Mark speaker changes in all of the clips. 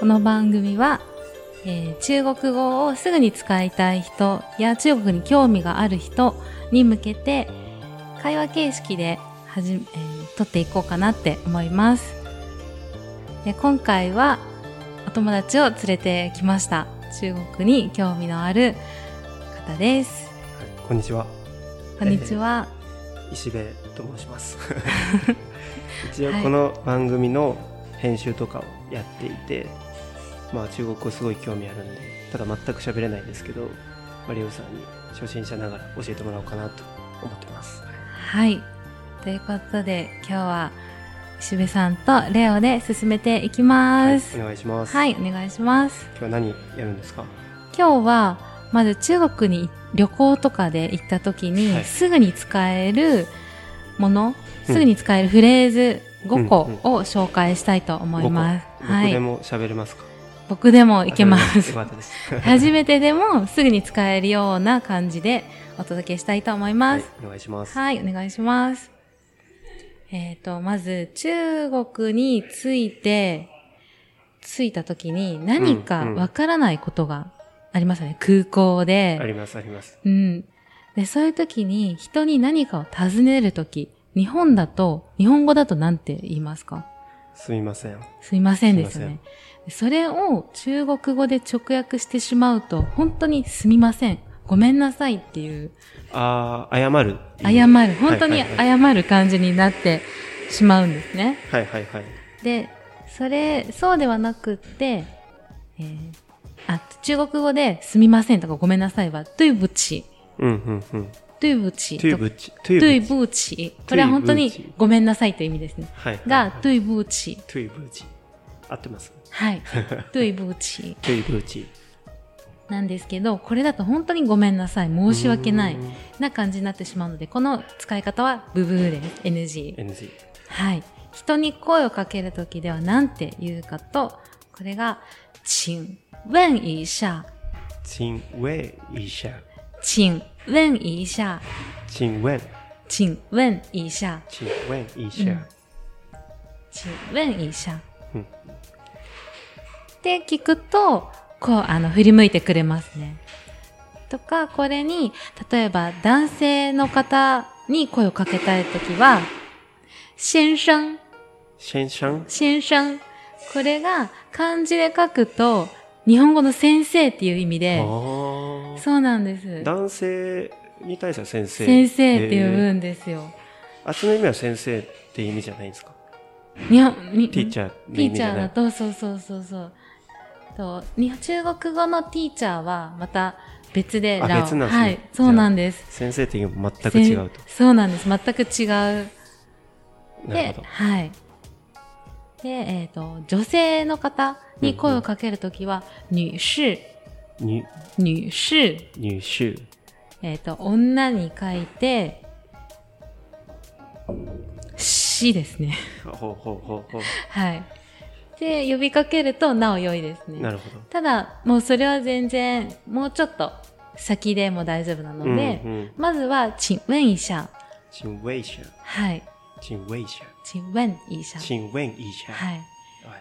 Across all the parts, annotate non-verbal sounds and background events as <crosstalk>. Speaker 1: この番組は、えー中国語をすぐに使いたい人や中国に興味がある人に向けて会話形式ではじ、えー撮っていこうかなって思います。で今回はお友達を連れてきました。中国に興味のある方です。
Speaker 2: はい、こんにちは
Speaker 1: こんにちは。
Speaker 2: 石部と申します
Speaker 1: <laughs>
Speaker 2: 一応この番組の編集とかをやっていて、まあ中国語すごい興味あるんでただ全く喋れないんですけど、まあ、リオさんに初心者ながら教えてもらおうかなと思ってます
Speaker 1: はい。ということで、今日は、しべさんとレオで進めていき
Speaker 2: はい
Speaker 1: ま、す
Speaker 2: お。願いします、
Speaker 1: はい、お願いします。
Speaker 2: 今日は何やるんですか
Speaker 1: 今日は、まず中国に旅行とかで行った時に、
Speaker 2: はい
Speaker 1: すぐに使えるもの、
Speaker 2: う
Speaker 1: す
Speaker 2: ん
Speaker 1: ぐに使えるフレーズ5個
Speaker 2: うんうん
Speaker 1: を紹介したいと思います。
Speaker 2: 僕
Speaker 1: は
Speaker 2: 僕で
Speaker 1: い。
Speaker 2: も喋れますか、
Speaker 1: 僕でも行けま
Speaker 2: あ喋れ
Speaker 1: す
Speaker 2: よ。かったです
Speaker 1: <laughs> 初めてでもすぐに使えるような感じでお届けしたいと思い
Speaker 2: は
Speaker 1: ま
Speaker 2: い
Speaker 1: す。、
Speaker 2: お願いします、
Speaker 1: はい、お願いします。えっ、と、まず、中国に着いて、着いた時に何かわからないことがありますよね。空港
Speaker 2: あ
Speaker 1: で。
Speaker 2: りますあります
Speaker 1: うん。で、そういう時に人に何かを尋ねる時、日本だと、日本語だと何て言いますか
Speaker 2: すみません
Speaker 1: すいませんですよ
Speaker 2: すい
Speaker 1: ね。それを中国語で直訳してしまうと、本当にすみません。ごめんなさいっていう
Speaker 2: あー謝る
Speaker 1: 謝る、本当
Speaker 2: は
Speaker 1: に
Speaker 2: いはい
Speaker 1: 謝る感じになってしまうんですね。
Speaker 2: はいはいはい
Speaker 1: で、それ、そうではなくって、えーあ、中国語ですみませんとかごめんなさいは、トゥイブチ、
Speaker 2: うんうんうん
Speaker 1: トゥイブチ、
Speaker 2: トゥーブ
Speaker 1: と
Speaker 2: ッチトゥ
Speaker 1: ト
Speaker 2: ーブ
Speaker 1: ゥイ
Speaker 2: ッチ
Speaker 1: ブチ、これは本当
Speaker 2: トゥイブ
Speaker 1: に
Speaker 2: チ
Speaker 1: ごめんなさいという意味ですね。
Speaker 2: はい
Speaker 1: が、ト
Speaker 2: ゥ
Speaker 1: ゥイブチ、
Speaker 2: トゥイブーチ合ってます <laughs>
Speaker 1: はい、トゥイブチ
Speaker 2: トゥイブーチ
Speaker 1: なんですけど、これだと本当にごめんなさい、申し訳ないう
Speaker 2: ーん
Speaker 1: な感じになってしまうので、この使い方はブブーレン、NG。
Speaker 2: NG
Speaker 1: はい。人に声をかけるときでは何て言うかと、これが、ちん、問一下、
Speaker 2: チンウェイイシャ
Speaker 1: ちん、問一下、
Speaker 2: チンウェン
Speaker 1: ちん、問一下、
Speaker 2: チンウェンイシャ
Speaker 1: ちん、問一下。
Speaker 2: うん
Speaker 1: って聞くと、こう、あの、振り向いてくれますね。とか、これに、例えば、男性の方に声をかけたいときは、先生、
Speaker 2: シェンシャン
Speaker 1: 先生。これが漢字で書くと、日本語の先生っていう意味
Speaker 2: あ
Speaker 1: で、
Speaker 2: ー
Speaker 1: そうなんです。
Speaker 2: 男性に対しては先生
Speaker 1: 先生って呼
Speaker 2: え
Speaker 1: ぶ
Speaker 2: ー
Speaker 1: んですよ。
Speaker 2: あっちの意味は先生って意味じゃないんですか
Speaker 1: 日本、に
Speaker 2: ティーチャーの
Speaker 1: ティー
Speaker 2: 意味
Speaker 1: チ
Speaker 2: じ
Speaker 1: ャー
Speaker 2: ゃな
Speaker 1: だ
Speaker 2: い
Speaker 1: と、そうそうそうそう。とに中国語のティーチャーはまた別で
Speaker 2: あ
Speaker 1: ラオ
Speaker 2: 別なんですね
Speaker 1: はい、そうなんです。
Speaker 2: 先生っていうのも全く違うと
Speaker 1: せんそうなんです。全く違う。
Speaker 2: なるほ
Speaker 1: で
Speaker 2: ど、
Speaker 1: はい。で、えっ、と、女性の方に声をかけるときは、女士、
Speaker 2: 入
Speaker 1: 女士
Speaker 2: 入手
Speaker 1: えっ、と、女に書いて、しですね。 <laughs>
Speaker 2: ほうほうほうほう
Speaker 1: はい。で、呼びかけると、なお良いですね。
Speaker 2: なるほど
Speaker 1: ただ、もうそれは全然、もうちょっと先でも大丈夫なので、
Speaker 2: うんうん
Speaker 1: まずは、ちん問一下。
Speaker 2: チンウェイシャ
Speaker 1: はい。
Speaker 2: チンウェイシャ
Speaker 1: ちん問一下。
Speaker 2: チンウェンイシャ
Speaker 1: はい。
Speaker 2: はい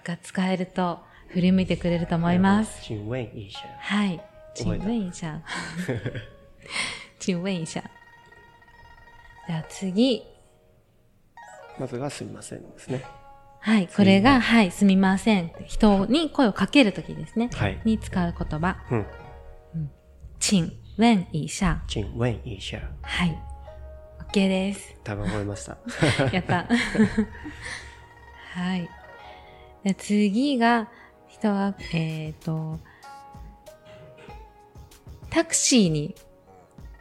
Speaker 1: が使えると、振り向いてくれると思います。
Speaker 2: チンウェンイシャ
Speaker 1: はい。请
Speaker 2: 覚えた <laughs>
Speaker 1: 问一下。请 <laughs> 问一下。では次。
Speaker 2: まずがすみませんですね。
Speaker 1: はい、これが、はい、すみません。人に声をかけるときですね。
Speaker 2: はい
Speaker 1: に使う言葉。
Speaker 2: うん。
Speaker 1: 请问一下。
Speaker 2: チンウェンイシャ。
Speaker 1: はい。OK
Speaker 2: <laughs>
Speaker 1: です。
Speaker 2: 多分覚え
Speaker 1: <laughs>
Speaker 2: ました。
Speaker 1: やった。はい。で次が、人が、えっ、と、タクシーに、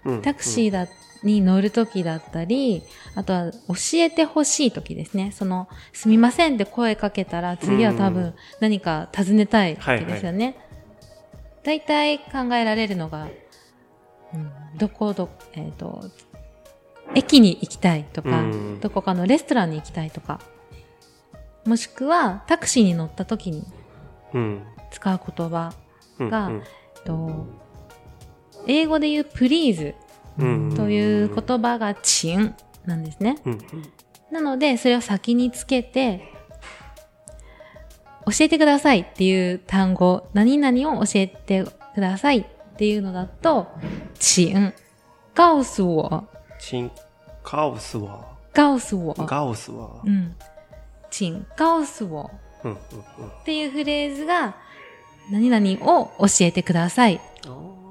Speaker 2: うん
Speaker 1: タクシーだ、に乗るときだったり、あとは教えてほしいときですね。その、すみませんって声かけたら、次は多
Speaker 2: う
Speaker 1: 分何か尋ねたいわ
Speaker 2: はい
Speaker 1: けですよね。大体考えられるのが、うん、どこど、えっ、と、駅に行きたいとか、
Speaker 2: うん
Speaker 1: どこかのレストランに行きたいとか、もしくはタクシーに乗ったときに
Speaker 2: うん。
Speaker 1: 使う言葉、
Speaker 2: うん。
Speaker 1: が
Speaker 2: うん
Speaker 1: えっと、英語で言う please
Speaker 2: うん
Speaker 1: という言葉がチンなんですね。
Speaker 2: うん。
Speaker 1: なので、それを先につけて、教えてくださいっていう単語、何々を教えてくださいっていうのだと、ちん、ガオスを、
Speaker 2: チンカオスは
Speaker 1: ガオスを、
Speaker 2: ガオスは
Speaker 1: うん、ちん、ガオスを
Speaker 2: うんうん
Speaker 1: っていうフレーズが、何々を教えてください。
Speaker 2: うんああ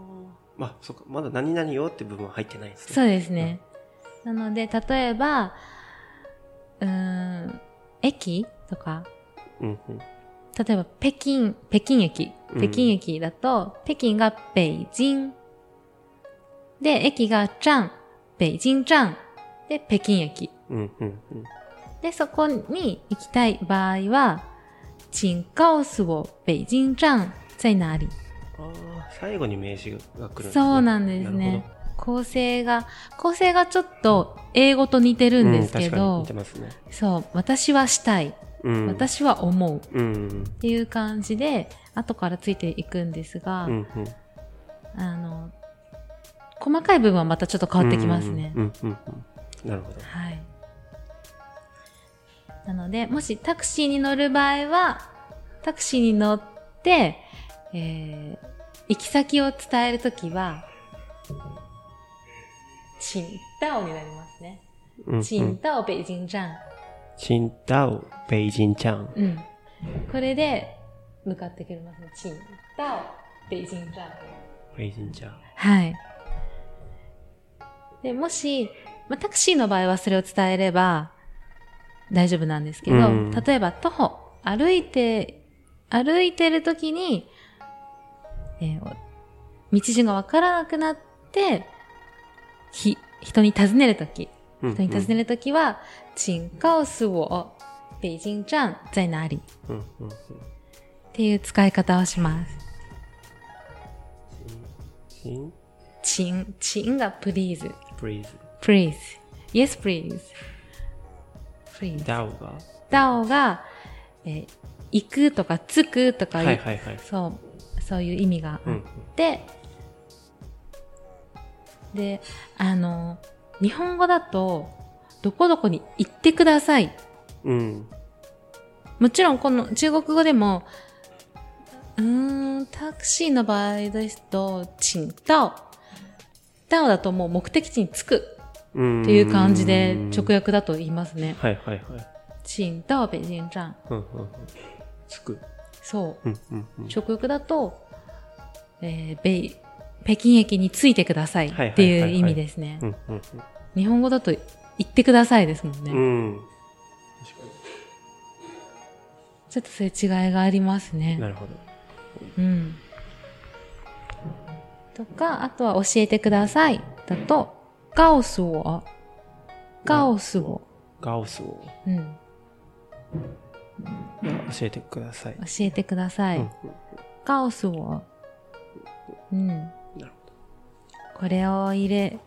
Speaker 2: まあそっかまだ何々よって部分は入ってないんですね
Speaker 1: そうですね。なので、例えば、うーん、駅とか、
Speaker 2: うんうん
Speaker 1: 例えば北京、北京駅。
Speaker 2: うん
Speaker 1: 北京駅だと、北京が北京。で、駅が站、北京站。で、北京駅。
Speaker 2: うんうんうん
Speaker 1: で、そこに行きたい場合は、请告诉我北京站在哪里。
Speaker 2: ああ最後に名詞が来るんですね
Speaker 1: そうなんですね。構成が、構成がちょっと英語と似て
Speaker 2: な
Speaker 1: る
Speaker 2: るほ
Speaker 1: ん
Speaker 2: ど
Speaker 1: ですけ
Speaker 2: うん
Speaker 1: ど
Speaker 2: 確、かに似てますね
Speaker 1: そう、私はしたい。
Speaker 2: うん
Speaker 1: 私は思う。っ
Speaker 2: うんうん
Speaker 1: ていう感じで、後からついていくんですが、
Speaker 2: うんうん
Speaker 1: あの、細かい部分はまたちょっと変わってきますね。
Speaker 2: うんうんうんうんなるほど
Speaker 1: はい。なので、もしタクシーに乗る場合は、タクシーに乗って、えー、行き先を伝えるときは、チンタオになりますね。
Speaker 2: うんうん
Speaker 1: チンタオ北京站。
Speaker 2: チンタオ北京ちゃん
Speaker 1: うん。これで、向かってくれますね。チンタオ北京站。
Speaker 2: 北京ちゃん
Speaker 1: はい。で、もし、まあ、タクシーの場合はそれを伝えれば大丈夫なんですけど、
Speaker 2: うん
Speaker 1: 例えば徒歩、歩いて、歩いてる時に、えー道順がわからなくなって、ひ、人に尋ねる時、
Speaker 2: うん
Speaker 1: 人に尋ねる時は、チンカオスを、北京站在哪里っ
Speaker 2: うんうんうん
Speaker 1: ていう使い方をします。
Speaker 2: チン
Speaker 1: チン、チンが please。
Speaker 2: プリーズ
Speaker 1: please yes please please
Speaker 2: ダオが
Speaker 1: ダオが、えー行くとか着くとか、
Speaker 2: はいいうはいはい
Speaker 1: そうそういう意味が
Speaker 2: う
Speaker 1: あっ
Speaker 2: ん
Speaker 1: て、であの日本語だとどこどこに行ってください
Speaker 2: うん
Speaker 1: もちろんこの中国語でもうーんタクシーの場合ですと「チンダオ」「ダオ」だともう目的地に着く
Speaker 2: うん
Speaker 1: っていう感じで直訳だと言いますね。
Speaker 2: はいはいはい
Speaker 1: 请到北京站。
Speaker 2: うんうんうんつく
Speaker 1: そ
Speaker 2: うんうんうん
Speaker 1: う。直訳だと、えー、北北京駅についてくださいっ
Speaker 2: はいはい
Speaker 1: ていう意味ですね
Speaker 2: う。んうん
Speaker 1: 日本語だと行ってくださいですもんね。
Speaker 2: うんうん確か
Speaker 1: ちょっとそういう違いがあります
Speaker 2: にな
Speaker 1: ね。
Speaker 2: るほど
Speaker 1: うん。とか、あとは教えてくださいだと、ガオスを、ガオスを、
Speaker 2: ガオスを
Speaker 1: うん、
Speaker 2: 教えてください
Speaker 1: 教えてください。
Speaker 2: うん
Speaker 1: ガオスを、うん。
Speaker 2: うんなる
Speaker 1: これを入れ、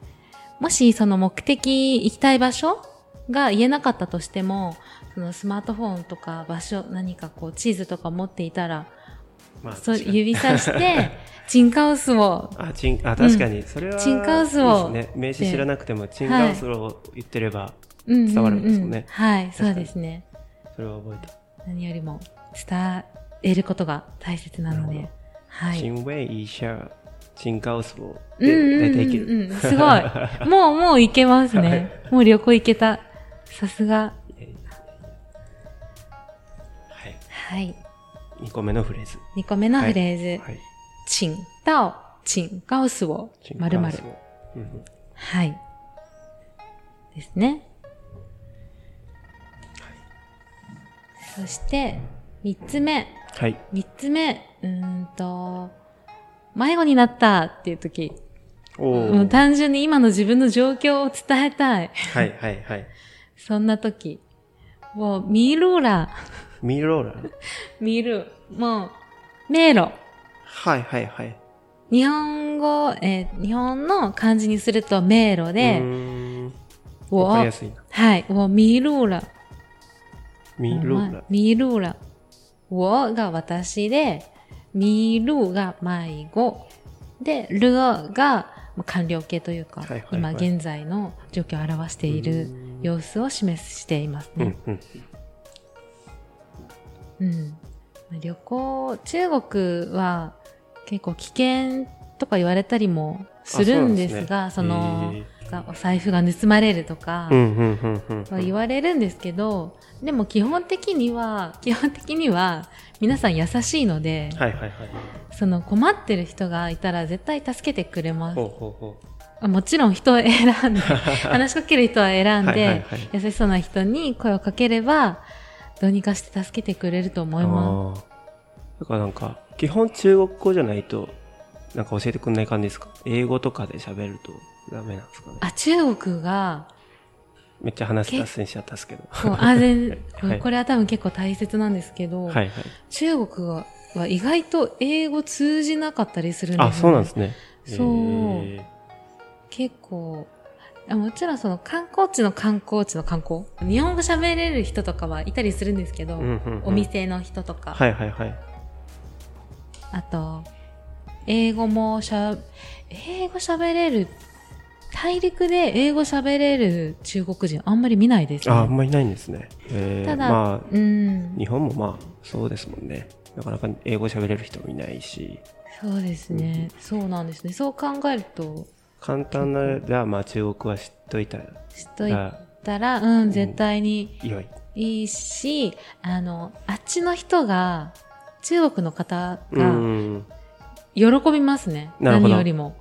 Speaker 1: もしその目的、行きたい場所が言えなかったとしても、そのスマートフォンとか場所、何かこう地図とか持っていたら、
Speaker 2: ほどまあ
Speaker 1: そう
Speaker 2: 確かに
Speaker 1: 指さ
Speaker 2: <laughs>
Speaker 1: して、チンカウスを、
Speaker 2: あチンあ確かにそれは
Speaker 1: チンカオスを
Speaker 2: いいですね名詞知らなくてもチンカオスを言ってれば
Speaker 1: うんうう
Speaker 2: 伝わるんですよね
Speaker 1: はい、
Speaker 2: 確か
Speaker 1: そ
Speaker 2: に
Speaker 1: うですね。
Speaker 2: それは覚えた
Speaker 1: 何よりも伝えることが大切なの
Speaker 2: なる
Speaker 1: で
Speaker 2: ほ。
Speaker 1: は
Speaker 2: チ
Speaker 1: い。
Speaker 2: ンウェイイシャーチンカオスを
Speaker 1: うんうんう
Speaker 2: で
Speaker 1: ん
Speaker 2: できる
Speaker 1: うんすご
Speaker 2: <laughs>
Speaker 1: い。もう、もう行けますね。もう旅行行けた。さすが。
Speaker 2: はい
Speaker 1: はい。
Speaker 2: 2個目のフレーズ
Speaker 1: 2個目のフレーズ。
Speaker 2: はい
Speaker 1: 请到请告诉我
Speaker 2: チンカ
Speaker 1: まる
Speaker 2: オ
Speaker 1: ま
Speaker 2: ス
Speaker 1: る
Speaker 2: をうんうん
Speaker 1: はいですね。そして三つ目
Speaker 2: はい
Speaker 1: 三つ目うーんと迷子になったっていう時
Speaker 2: おお
Speaker 1: もう単純に今の自分の状況を伝えたい
Speaker 2: はいはいはい
Speaker 1: そんな時もう見るら
Speaker 2: ミローラー
Speaker 1: 見るもう迷路
Speaker 2: はいはいはい
Speaker 1: 日本語、えー日本の漢字にすると迷路で、
Speaker 2: うーん
Speaker 1: 我
Speaker 2: わかりやすいな
Speaker 1: はい、我迷路了。
Speaker 2: ミロー
Speaker 1: ま
Speaker 2: ラ
Speaker 1: あ迷路了。我が私で、迷路が迷子。で、るがまあ完了形というか、
Speaker 2: はいはいはい
Speaker 1: 今現在の状況を表している様子を示しています
Speaker 2: うん
Speaker 1: ね。
Speaker 2: うん
Speaker 1: うん。旅行、中国は結構危険とか言われたりもするんですが、そ,の、
Speaker 2: え
Speaker 1: お財布が盗まれるとか、
Speaker 2: ーうんうんうんうん
Speaker 1: は言われるんですけど、でも基本的には、基本的には皆さん優しいので、
Speaker 2: はいはいはい
Speaker 1: その困ってる人がいたら絶対助けてくれます
Speaker 2: ほう。ほうほう
Speaker 1: あもちろん人を選
Speaker 2: <laughs>
Speaker 1: んで、話しかける人は選ん
Speaker 2: はいはい
Speaker 1: で、
Speaker 2: はい
Speaker 1: 優しそうな人に声をかければ、どうにかして助けてくれると思いま
Speaker 2: あーだからなんか基本中国語じゃないとなんか教えてくんない感じですか英語とかで喋るとダメなんですかね
Speaker 1: す。あ、中国
Speaker 2: <laughs>
Speaker 1: が、
Speaker 2: めっちゃ話脱線しちゃったっすけど
Speaker 1: こうあ全こ
Speaker 2: は
Speaker 1: れ
Speaker 2: い
Speaker 1: これは多分結構大切なんですけど、
Speaker 2: はいはい
Speaker 1: 中国は意外と英語通じなかったりするんですよ、
Speaker 2: あ
Speaker 1: ね、
Speaker 2: そうなんですね
Speaker 1: そう
Speaker 2: え
Speaker 1: 結構あもちろんその観光地の観光地の観光日本語喋れる人とかはいたりするんですけど、
Speaker 2: ーうんうんうん
Speaker 1: お店の人とか、
Speaker 2: はいはいはい
Speaker 1: あと英語もしゃ英語喋れる大陸で英語喋れる中国人あんまり見ないです、
Speaker 2: ああんまりないんですねえー
Speaker 1: ただ
Speaker 2: まあ
Speaker 1: うん
Speaker 2: 日本もまあそうですもんねなかなか英語喋れる人もいないし
Speaker 1: そうですね、そうなんですねそう考えると
Speaker 2: 簡単なじゃあまあ中国は知っといたら
Speaker 1: しといたらうん絶対に、
Speaker 2: 良い
Speaker 1: いいし、あの、あっちの人が、中国の方
Speaker 2: う
Speaker 1: が
Speaker 2: ん
Speaker 1: 喜びますね。
Speaker 2: なるほど
Speaker 1: 何よりも。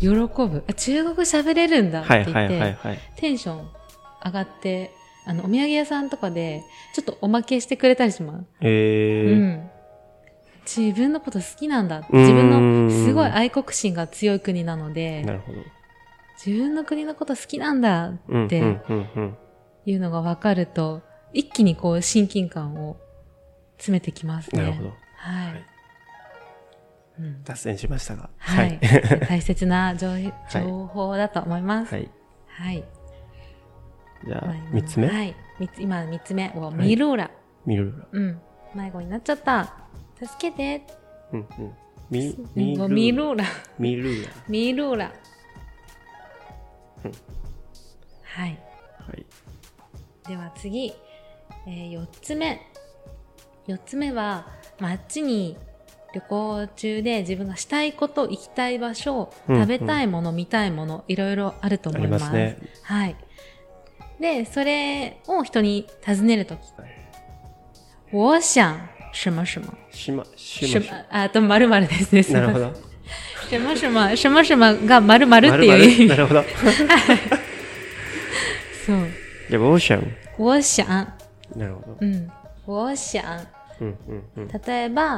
Speaker 1: 喜ぶ。あ中国喋れるんだっ
Speaker 2: は
Speaker 1: て言
Speaker 2: い
Speaker 1: って、
Speaker 2: はいはいはい
Speaker 1: テンション上がって、あの、お土産屋さんとかで、ちょっとおまけしてくれたりします。
Speaker 2: え
Speaker 1: う
Speaker 2: ー
Speaker 1: ん。自分のこと好きなんだ。
Speaker 2: うん
Speaker 1: 自分のすごい愛国心が強い国なの
Speaker 2: な
Speaker 1: で、
Speaker 2: るほど
Speaker 1: 自分の国のこと好きなんだっ
Speaker 2: うん
Speaker 1: て
Speaker 2: うんうんうん
Speaker 1: いうのが分かると一気にこう親近感を詰めてきますね。
Speaker 2: なるほど
Speaker 1: はい。
Speaker 2: はい
Speaker 1: うん
Speaker 2: 脱線しましたが
Speaker 1: はい、
Speaker 2: はい
Speaker 1: 大
Speaker 2: <laughs>
Speaker 1: 切な情情報だと思います。
Speaker 2: は
Speaker 1: はい。
Speaker 2: いじゃあ
Speaker 1: 迷子
Speaker 2: 3つ目
Speaker 1: はい。三つ今三つ目を
Speaker 2: い
Speaker 1: ミルーラ。
Speaker 2: ミルーラ
Speaker 1: うん。迷子になっちゃった。助けて。
Speaker 2: うんうんミ
Speaker 1: ミ
Speaker 2: ミ
Speaker 1: ルミル
Speaker 2: ルー
Speaker 1: ーラ。
Speaker 2: ラミルーラ
Speaker 1: ミルーラ
Speaker 2: うん。
Speaker 1: はい。
Speaker 2: はい
Speaker 1: では次、え4つ目4つ目は、まあ、あっちに旅行中で自分がしたいこと行きたい場所、
Speaker 2: うんうん
Speaker 1: 食べたいもの見たいものいろいろあると思
Speaker 2: あり
Speaker 1: いま
Speaker 2: ますすね
Speaker 1: はい、でそれを人に尋ねるとき「我想什么什么
Speaker 2: 島」島
Speaker 1: 什么あと〇〇ですねすい
Speaker 2: な
Speaker 1: ませ
Speaker 2: る
Speaker 1: ん
Speaker 2: ほど
Speaker 1: <laughs> 什么什么什么什么が〇〇っていう意
Speaker 2: な
Speaker 1: 味
Speaker 2: るほど
Speaker 1: そう
Speaker 2: じゃあウォーシャン
Speaker 1: 我想
Speaker 2: なるほど
Speaker 1: うん我想
Speaker 2: うんうんうん
Speaker 1: 例えば、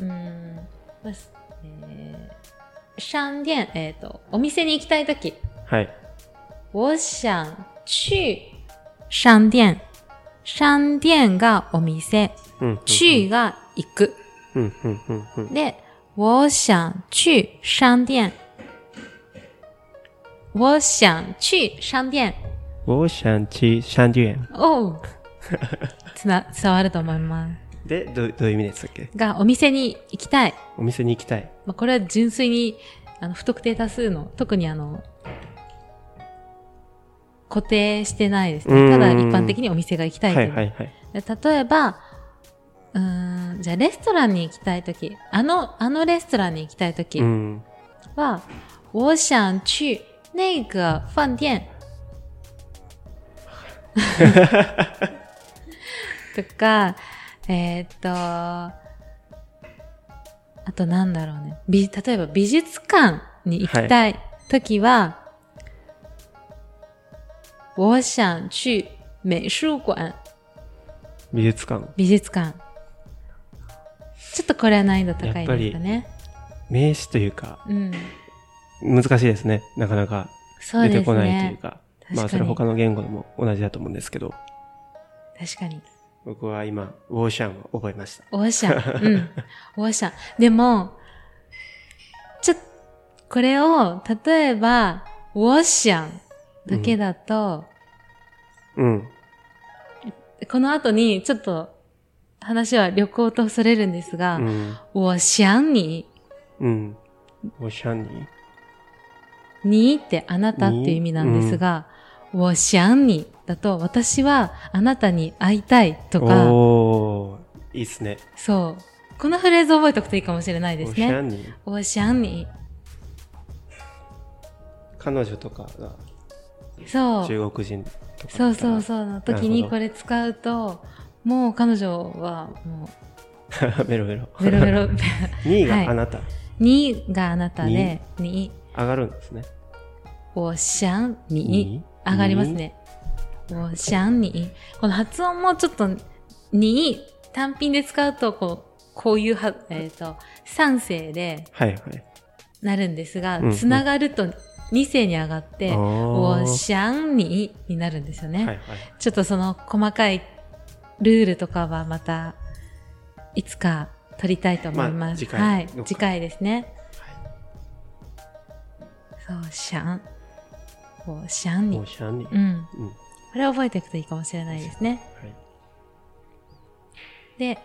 Speaker 1: うーん、まあすえー、商店、えっ、と、お店に行きたいとき、
Speaker 2: はい
Speaker 1: 我想去商店。商店がお店、
Speaker 2: うんうん
Speaker 1: 去が行く。
Speaker 2: うんうんうんうん
Speaker 1: で、我想去商店。我想去商店。
Speaker 2: 我想去商店
Speaker 1: おう。つな、伝わると思います。
Speaker 2: でどうどういう意味でしたっけ
Speaker 1: が、お店に行きたい。
Speaker 2: お店に行きたい
Speaker 1: まあ、これは純粋にあの不特定多数の特にあの固定してないです
Speaker 2: う
Speaker 1: ね
Speaker 2: ん
Speaker 1: ただ一般的にお店が行きたいと
Speaker 2: はいいうはいはい
Speaker 1: で例えばうーんじゃあレストランに行きたい時あのあのレストランに行きたい時
Speaker 2: うん
Speaker 1: は、我想去那个饭
Speaker 2: <laughs>
Speaker 1: 店とかえーっとあとなんだろうね美例えば美術館に行きたい時は、我想去美術館
Speaker 2: 美術館
Speaker 1: 美術館ちょっとこれは難易度高いですかね
Speaker 2: 名詞というか
Speaker 1: うん
Speaker 2: 難しいですねなかなか
Speaker 1: そう
Speaker 2: 出
Speaker 1: ですね
Speaker 2: てこないというか
Speaker 1: 確かに
Speaker 2: まあそれ他の言語でも同じだと思うんですけど
Speaker 1: 確かに
Speaker 2: 僕は今ウォーシャンを覚えました
Speaker 1: 我想、 <laughs> うん。我想。でも、ちょ、これを、例えば、我想だけだと、
Speaker 2: うん
Speaker 1: この後に、ちょっと、話は旅行とそれるんですが、
Speaker 2: うん
Speaker 1: 我想你、
Speaker 2: うんウォーシャンに
Speaker 1: 你ってあなたっていう意味なんですが、我想你だと、私はあなたに会いたいとか、
Speaker 2: おーいいっすね。
Speaker 1: そう。このフレーズ覚えておくといいかもしれないです
Speaker 2: オシャ
Speaker 1: ね。
Speaker 2: ンに
Speaker 1: オーシャンに。
Speaker 2: 彼女とかが
Speaker 1: そう。
Speaker 2: 中国人とか
Speaker 1: そ
Speaker 2: だ
Speaker 1: う
Speaker 2: った
Speaker 1: そう
Speaker 2: ら
Speaker 1: そう。の
Speaker 2: な
Speaker 1: 時
Speaker 2: るほ
Speaker 1: に
Speaker 2: ど
Speaker 1: これ使うと、もう彼女はも
Speaker 2: <laughs> ベロベロ。
Speaker 1: うベロベ
Speaker 2: <laughs>
Speaker 1: ロ。
Speaker 2: 2位
Speaker 1: はい
Speaker 2: があなた、
Speaker 1: にがあなたで、に、
Speaker 2: 上がるんですね。
Speaker 1: おーしゃんに
Speaker 2: に
Speaker 1: 上がりますね。おーしゃんに。この発音もちょっと、に単品で使うと、こう、こういうは、えっ、と、三声で
Speaker 2: はいはい。
Speaker 1: なるんですが
Speaker 2: うんう、ん
Speaker 1: つながると二声に上がって、
Speaker 2: あー
Speaker 1: おーしゃんにになるんですよね。
Speaker 2: はいはい。
Speaker 1: ちょっとその細かいルールとかはまたいつか取りたいと思いま
Speaker 2: まあ
Speaker 1: す。
Speaker 2: 次回
Speaker 1: はい
Speaker 2: どっ。か
Speaker 1: 次回ですね。そう、シャン。こう、シャン
Speaker 2: オー
Speaker 1: に。
Speaker 2: シャンに。
Speaker 1: うん。
Speaker 2: うん。は
Speaker 1: これを覚えていくといいかもしれないですね。
Speaker 2: い。
Speaker 1: で、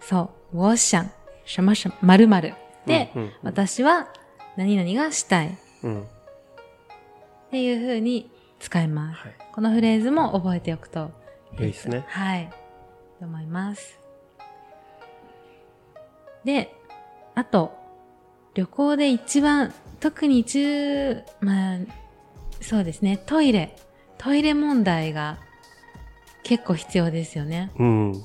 Speaker 1: そう、ウォッシャン、シャマシャ、まるまる。で、
Speaker 2: うんうんうん
Speaker 1: 私は何々がしたいっ
Speaker 2: うん。
Speaker 1: ていう風に使います。
Speaker 2: はい。
Speaker 1: このフレーズも覚えておくと
Speaker 2: いいですね。
Speaker 1: はい。と思います。で、あと、旅行で一番、特に中、まあ、そうですね、トイレ。トイレ問題が結構必要ですよね。
Speaker 2: うん。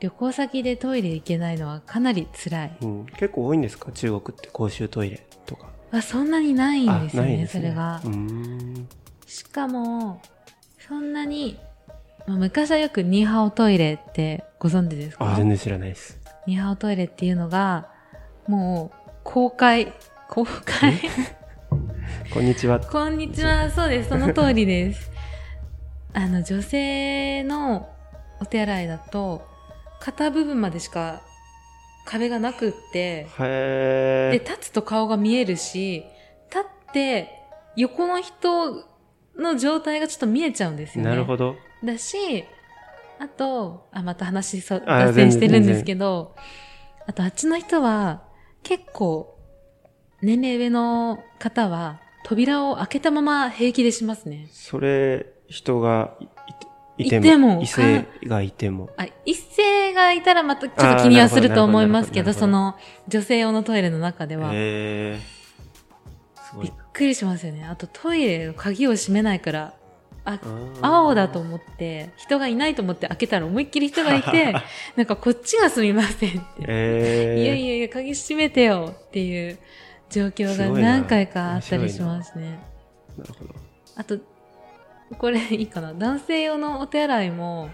Speaker 1: 旅行先でトイレ行けないのはかなり辛い。
Speaker 2: うん。結構多いんですか中国って公衆トイレとか。
Speaker 1: あそんなにないんですよね、それが
Speaker 2: う。ーん。
Speaker 1: しかも、そんなに、まあ昔はよくニーハオトイレってご存知ですか
Speaker 2: あ、全然知らないです。
Speaker 1: ニハオトイレっていうのが、もう、公開、公開
Speaker 2: こんにち
Speaker 1: <laughs>
Speaker 2: は。
Speaker 1: こんにちは、そうです、その通りです。あの、女性のお手洗いだと、肩部分までしか壁がなくって、で、
Speaker 2: へー。
Speaker 1: 立つと顔が見えるし、立って、横の人の状態がちょっと見えちゃうんですよね。
Speaker 2: なるほど。
Speaker 1: だし、あと、あ、また話そ、
Speaker 2: あ
Speaker 1: 脱線してるん
Speaker 2: 全然
Speaker 1: ですけど、あと、あっちの人は、結構、年齢上の方は、扉を開けたまま平気でしますね。
Speaker 2: それ、人がいいて
Speaker 1: いても
Speaker 2: 異性がいても。
Speaker 1: あ、一斉がいたらまたちょっと気にはすると思いますけど、
Speaker 2: あーなるほ
Speaker 1: そ
Speaker 2: ど
Speaker 1: の、女性用のトイレの中では、
Speaker 2: へー。すご
Speaker 1: びっ
Speaker 2: いな。
Speaker 1: くりしますよね。あと、トイレの鍵を閉めないから、あ、
Speaker 2: あー
Speaker 1: 青だと思って、人がいないと思って開けたら思いっきり人がい <laughs> て、なんかこっちがすみませんって。
Speaker 2: えー、
Speaker 1: いやいやいや、鍵閉めてよっていう状況が
Speaker 2: すごいな
Speaker 1: 何回かあったりしますね。
Speaker 2: なるほど。
Speaker 1: あと、これいいかな。男性用のお手洗いも、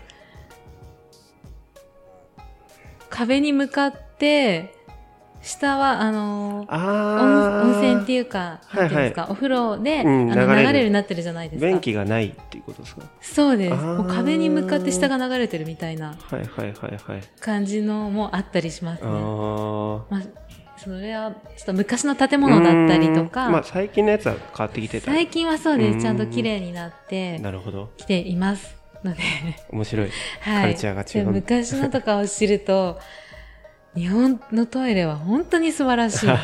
Speaker 1: 壁に向かって、下は、あのー
Speaker 2: あ
Speaker 1: 温
Speaker 2: ー
Speaker 1: 温泉っていうか、
Speaker 2: は
Speaker 1: なん
Speaker 2: いはい
Speaker 1: ていうんですか、お風呂で、
Speaker 2: うん
Speaker 1: あの
Speaker 2: 流れ
Speaker 1: 流
Speaker 2: る
Speaker 1: れるようになってるじゃないですか。
Speaker 2: 便器がないっていうことですか
Speaker 1: そうです。
Speaker 2: あー
Speaker 1: もう壁に向かって下が流れてるみたいな
Speaker 2: はいはいはいはい。
Speaker 1: 感じのもあったりします
Speaker 2: あ
Speaker 1: ね。
Speaker 2: ー
Speaker 1: まあ、それはちょっと昔の建物だったりと
Speaker 2: う
Speaker 1: か、
Speaker 2: んまあ最近のやつは変わってきてた。
Speaker 1: 最近はそうで
Speaker 2: う
Speaker 1: す
Speaker 2: ん
Speaker 1: ちゃんと綺麗になって
Speaker 2: なるほど。
Speaker 1: きていますの
Speaker 2: <laughs>
Speaker 1: で
Speaker 2: 面白い。
Speaker 1: はい
Speaker 2: カルチャーが違う
Speaker 1: で昔のとかを知ると日本のトイレは本当に素晴らし
Speaker 2: <laughs>
Speaker 1: いっ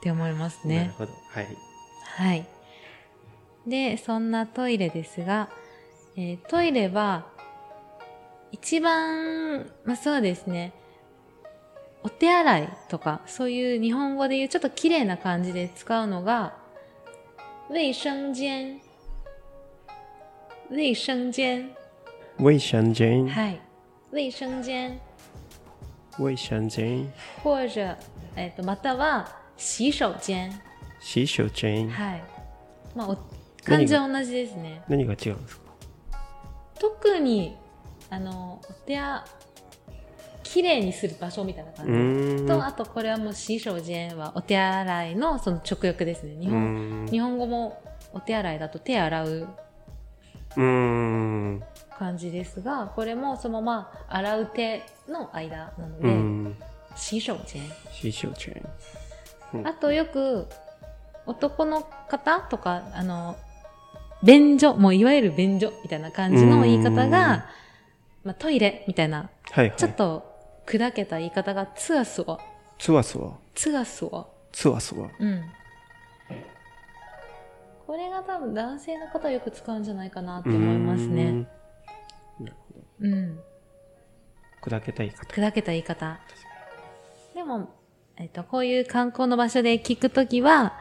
Speaker 1: て思います
Speaker 2: な <laughs> る
Speaker 1: ね
Speaker 2: ほど。はい。
Speaker 1: はいでそんなトイレですが、えートイレは一番、まあ、そうですねお手洗いとかそういう日本語でいうちょっと綺麗な感じで使うのが衛生間衛生間
Speaker 2: 卫生间、
Speaker 1: はい衛生間
Speaker 2: 卫生间、
Speaker 1: 或者、えっとまたは洗手間
Speaker 2: 洗手间。
Speaker 1: はいまあお漢字は同じですね
Speaker 2: 何が違うんですか
Speaker 1: 特にあのお手や綺麗にする場所みたいな
Speaker 2: う
Speaker 1: 感じ、
Speaker 2: ーん。
Speaker 1: とあとこれはもう新生寺はお手洗いのその直訳ですね日
Speaker 2: うー
Speaker 1: 本,、
Speaker 2: ん。う
Speaker 1: 日本語もお手洗いだと手洗う
Speaker 2: ーん。
Speaker 1: 感じですがこれもそのまま洗う手の間なの
Speaker 2: う
Speaker 1: で
Speaker 2: ん。
Speaker 1: 新生寺
Speaker 2: 洗手间。
Speaker 1: あとよく男の方とかあの便所もういわゆる便所みたいな感じの言い方が、まあ、トイレみたいな
Speaker 2: はいはい。
Speaker 1: ちょっと砕けた言い方がツアスワ、
Speaker 2: つわそわ。
Speaker 1: ツアスワ。
Speaker 2: つわそわ。
Speaker 1: うん。これが多分男性の方はよく使うんじゃないかなって思いますね。
Speaker 2: うーん。なるほど。
Speaker 1: うん。
Speaker 2: 砕けた言い方。
Speaker 1: 砕けた言い方。でも、えっ、と、こういう観光の場所で聞くときは、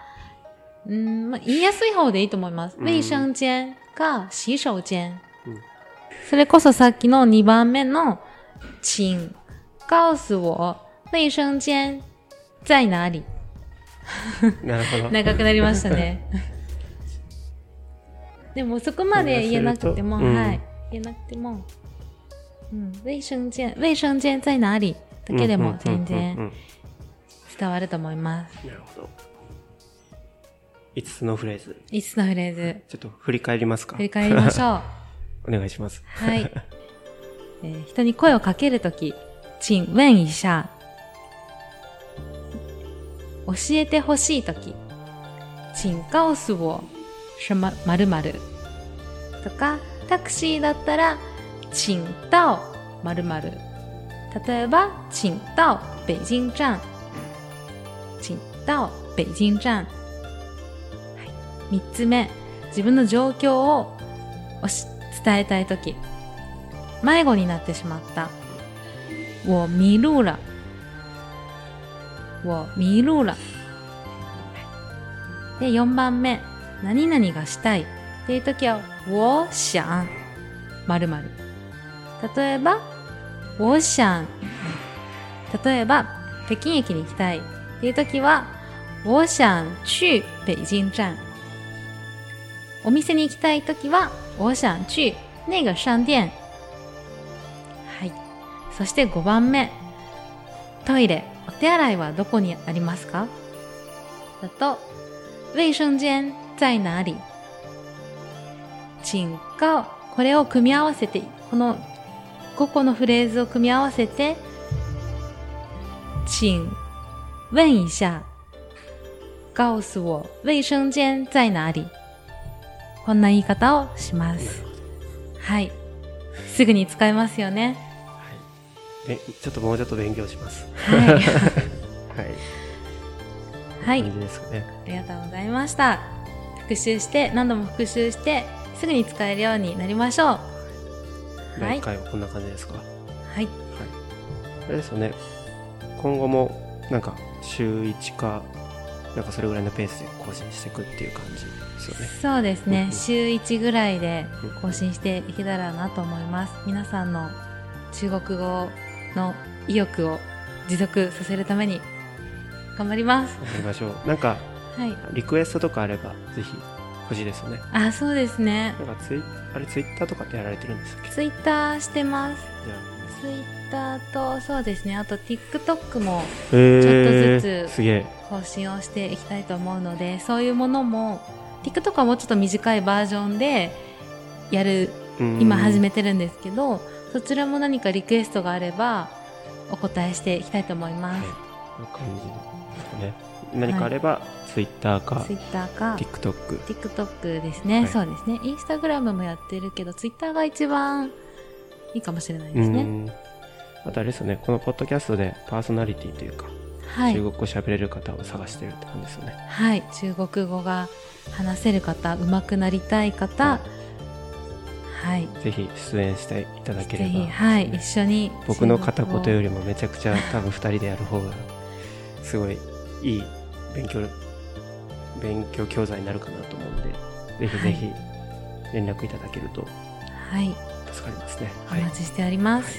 Speaker 1: うーん、まあ、言いやすい方でいいと思います。
Speaker 2: うん
Speaker 1: 衛生間か洗手間。
Speaker 2: うん
Speaker 1: それこそさっきの2番目の、请告诉我卫生間在哪里。
Speaker 2: なる
Speaker 1: <laughs>
Speaker 2: ほど。
Speaker 1: 長くなりました
Speaker 2: <laughs>
Speaker 1: ね。でもそこまで言えなくても、
Speaker 2: うん
Speaker 1: はい。言えなくても、うん、衛生間、衛生間在哪里だけでも全
Speaker 2: うんう
Speaker 1: 然
Speaker 2: んうん
Speaker 1: 伝わると思います。
Speaker 2: うんなるほど。5つのフレーズ。
Speaker 1: 5つのフレーズ、 <laughs>
Speaker 2: ちょっと振り返りますか
Speaker 1: 振り返りまし
Speaker 2: ょ
Speaker 1: ょう。
Speaker 2: う。お願いします。
Speaker 1: はい。 <laughs> えー人に声をかけるとき、请问一下。教えてほしいとき、请告诉我什么〇〇とか、タクシーだったら、请到〇〇例えば、请到北京站。请到北京站。はい、三つ目、自分の状況をおし伝えたいとき、迷子になってしまった。我迷路了。我迷路了。で、4番目。何々がしたい。っていう時は、我想。まるまる。例えば、我想。例えば、北京駅に行きたい。っていう時は、我想去北京站。お店に行きたい時は、我想去那个商店。はい。そして5番目。トイレ、お手洗いはどこにありますかだと、衛生間在哪里请告、これを組み合わせて、この5個のフレーズを組み合わせて、请问一下、告诉我衛生間在哪里こんな言い方をします。はい。すぐに使えますよね。
Speaker 2: はい。で、ちょっともうちょっと勉強し <laughs> ます。
Speaker 1: は
Speaker 2: はい。
Speaker 1: い。はい。
Speaker 2: 感じですかね。
Speaker 1: ありがとうございました。復習して、何度も復習して、すぐに使えるようになりましょう。は
Speaker 2: 第
Speaker 1: い
Speaker 2: 1。回はこんな感じですか。はい。
Speaker 1: はい。
Speaker 2: あれですよね。今後も、なんか、週1か、なんかそれぐらいのペースで更新していくっていう感じですよね。
Speaker 1: そうです
Speaker 2: う
Speaker 1: ね
Speaker 2: ん。
Speaker 1: 週1ぐらいで
Speaker 2: うん
Speaker 1: 更新していけたらなと思います。皆さんの中国語の意欲を持続させるために頑張ります。
Speaker 2: 頑張りましょう。なんか、
Speaker 1: はい。
Speaker 2: リクエストとかあれば、ぜひ欲しいですよね。
Speaker 1: あ、そうですね。
Speaker 2: なんかツイ、あれツイッターとかってやられてるんですっけじ
Speaker 1: ツイッターしてます。
Speaker 2: ゃあ。
Speaker 1: ツイッターと、そうですね。あと TikTok も
Speaker 2: え
Speaker 1: ーちょっとずつ
Speaker 2: すげえ。
Speaker 1: 更新をしていきたいと思うのでそういうものも TikTok はもうちょっと短いバージョンでやる今始めてるんですけど、そちらも何かリクエストがあればお答えしていきたいと思います、
Speaker 2: はい、こんな感じですかね。何かあれば、ツイッターか、
Speaker 1: Twitter か
Speaker 2: TikTok。
Speaker 1: TikTok ですね、
Speaker 2: はい
Speaker 1: そうですね Instagram もやってるけど Twitter が一番いいかもしれないです
Speaker 2: う
Speaker 1: ね、
Speaker 2: んあとあれですよね、このポッドキャストでパーソナリティというか、
Speaker 1: はい
Speaker 2: 中国語喋れる方を探してるって感じですよね。
Speaker 1: はい、中国語が話せる方上手くなりたい方はい
Speaker 2: ぜひ出演していただければ。
Speaker 1: ぜひ、はい、一緒に
Speaker 2: 僕の片言よ
Speaker 1: り
Speaker 2: りもめちゃくちゃ多分2人でやる方が、すごいいい勉強、勉強教材になるかなと思うんで、ぜひぜひ連絡いただけると
Speaker 1: はい、
Speaker 2: 助かりますね。
Speaker 1: お
Speaker 2: はい。
Speaker 1: 待ちしております。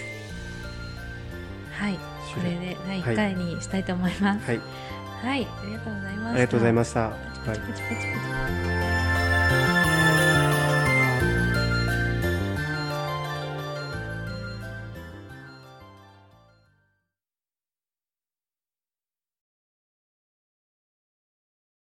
Speaker 1: はい、こ
Speaker 2: 終
Speaker 1: れ
Speaker 2: 了
Speaker 1: で第1回にしたいと思います。
Speaker 2: はい。
Speaker 1: はい、ありがとうございました。
Speaker 2: ありがとうございました。
Speaker 1: パチパチパチパチ